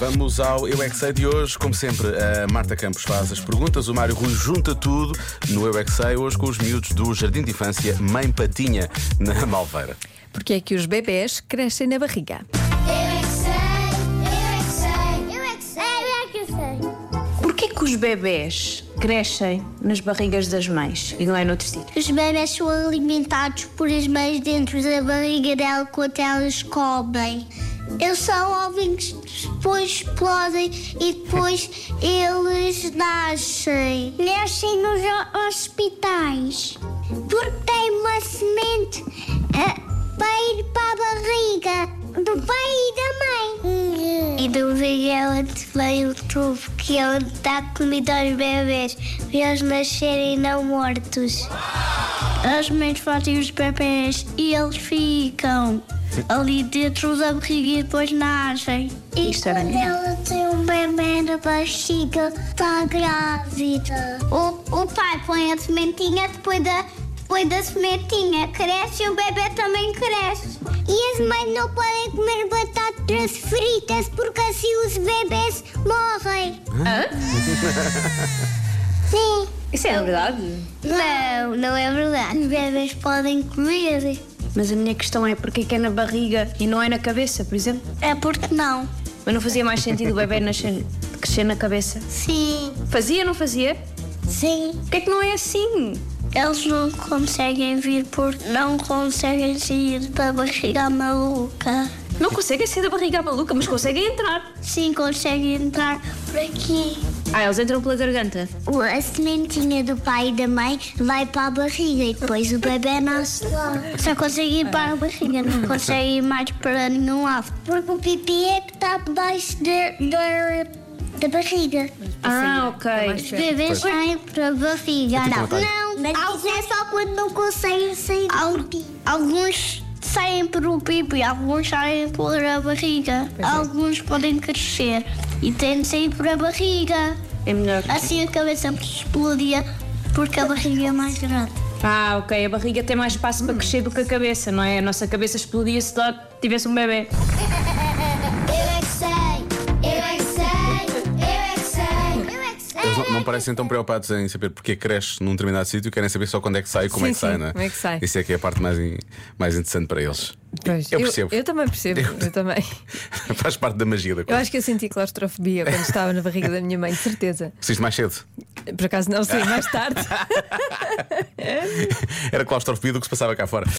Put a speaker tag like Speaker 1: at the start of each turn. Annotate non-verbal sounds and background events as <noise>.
Speaker 1: Vamos ao Eu é que Sei de hoje. Como sempre, a Marta Campos faz as perguntas, o Mário Rui junta tudo no Eu é que Sei, hoje com os miúdos do Jardim de Infância Mãe Patinha, na Malveira.
Speaker 2: Porque é que os bebés crescem na barriga?
Speaker 3: Porquê que os bebés crescem nas barrigas das mães e não é noutro sítio?
Speaker 4: Os bebés são alimentados por as mães dentro da barriga dela quando elas cobrem. Eles são ovinhos, depois explodem e depois eles nascem. Nascem nos hospitais porque tem uma semente eh, para ir para a barriga do pai e da mãe. E do Miguel onde vem o tubo, que é onde dá comida aos bebês, para eles nascerem não mortos. As mães fazem os bebês e eles ficam ali dentro da barriga e depois nascem. E
Speaker 3: Isto é
Speaker 4: quando
Speaker 3: banana.
Speaker 4: ela tem um bebê na barriga, está grávida. O, o pai põe a sementinha, depois da, depois da sementinha cresce e o bebê também cresce. E as mães não podem comer batatas fritas porque assim os bebês morrem. Sim.
Speaker 3: Isso é verdade?
Speaker 4: Não, não é verdade. Os bebês podem comer.
Speaker 3: Mas a minha questão é porquê que é na barriga e não é na cabeça, por exemplo?
Speaker 4: É porque não.
Speaker 3: Mas não fazia mais sentido o bebê nascer, crescer na cabeça?
Speaker 4: Sim.
Speaker 3: Fazia, não fazia?
Speaker 4: Sim.
Speaker 3: Porquê que não é assim?
Speaker 4: Eles não conseguem vir porque não conseguem sair da barriga maluca.
Speaker 3: Não conseguem sair da barriga à maluca, mas conseguem entrar.
Speaker 4: Sim, conseguem entrar por aqui.
Speaker 3: Ah, eles entram pela garganta.
Speaker 4: A sementinha do pai e da mãe vai para a barriga e depois o bebê nasce lá. Só consegue ir para a barriga, não consegue ir mais para nenhum lado. Porque o pipi é que está debaixo da, da, da barriga.
Speaker 3: Ah, ok.
Speaker 2: mais-
Speaker 4: Os bebês saem para a barriga, não. Não, alguns é só quando não conseguem sair Alguns saem para o pipi, alguns saem para a barriga.
Speaker 1: é.
Speaker 4: Alguns podem crescer e têm de sair para a barriga.
Speaker 3: É melhor.
Speaker 4: Assim a cabeça explodia porque a barriga é mais grande.
Speaker 3: Ah, ok. A barriga tem mais espaço para crescer do que a cabeça, não é? A nossa cabeça explodia se lá tivesse um bebê.
Speaker 4: <laughs> Eu é que sei, eu é que sei, eu é que sei, eu é que sei.
Speaker 1: Eles não, não parecem tão preocupados em saber porque é cresce num determinado sítio, querem saber só quando é que sai e como
Speaker 2: Sim,
Speaker 1: é que sai,
Speaker 2: sim,
Speaker 1: não é?
Speaker 2: como é que sai.
Speaker 1: Isso é que é a parte mais, in- mais interessante para eles. <laughs>
Speaker 2: Pois,
Speaker 1: eu percebo.
Speaker 2: Eu, também percebo, eu, também.
Speaker 1: Faz parte da magia da
Speaker 2: Eu
Speaker 1: coisa.
Speaker 2: acho que eu senti claustrofobia quando estava na barriga da minha mãe, de certeza.
Speaker 1: Preciso mais cedo.
Speaker 2: Por acaso não sei, mais tarde.
Speaker 1: Era claustrofobia do que se passava cá fora.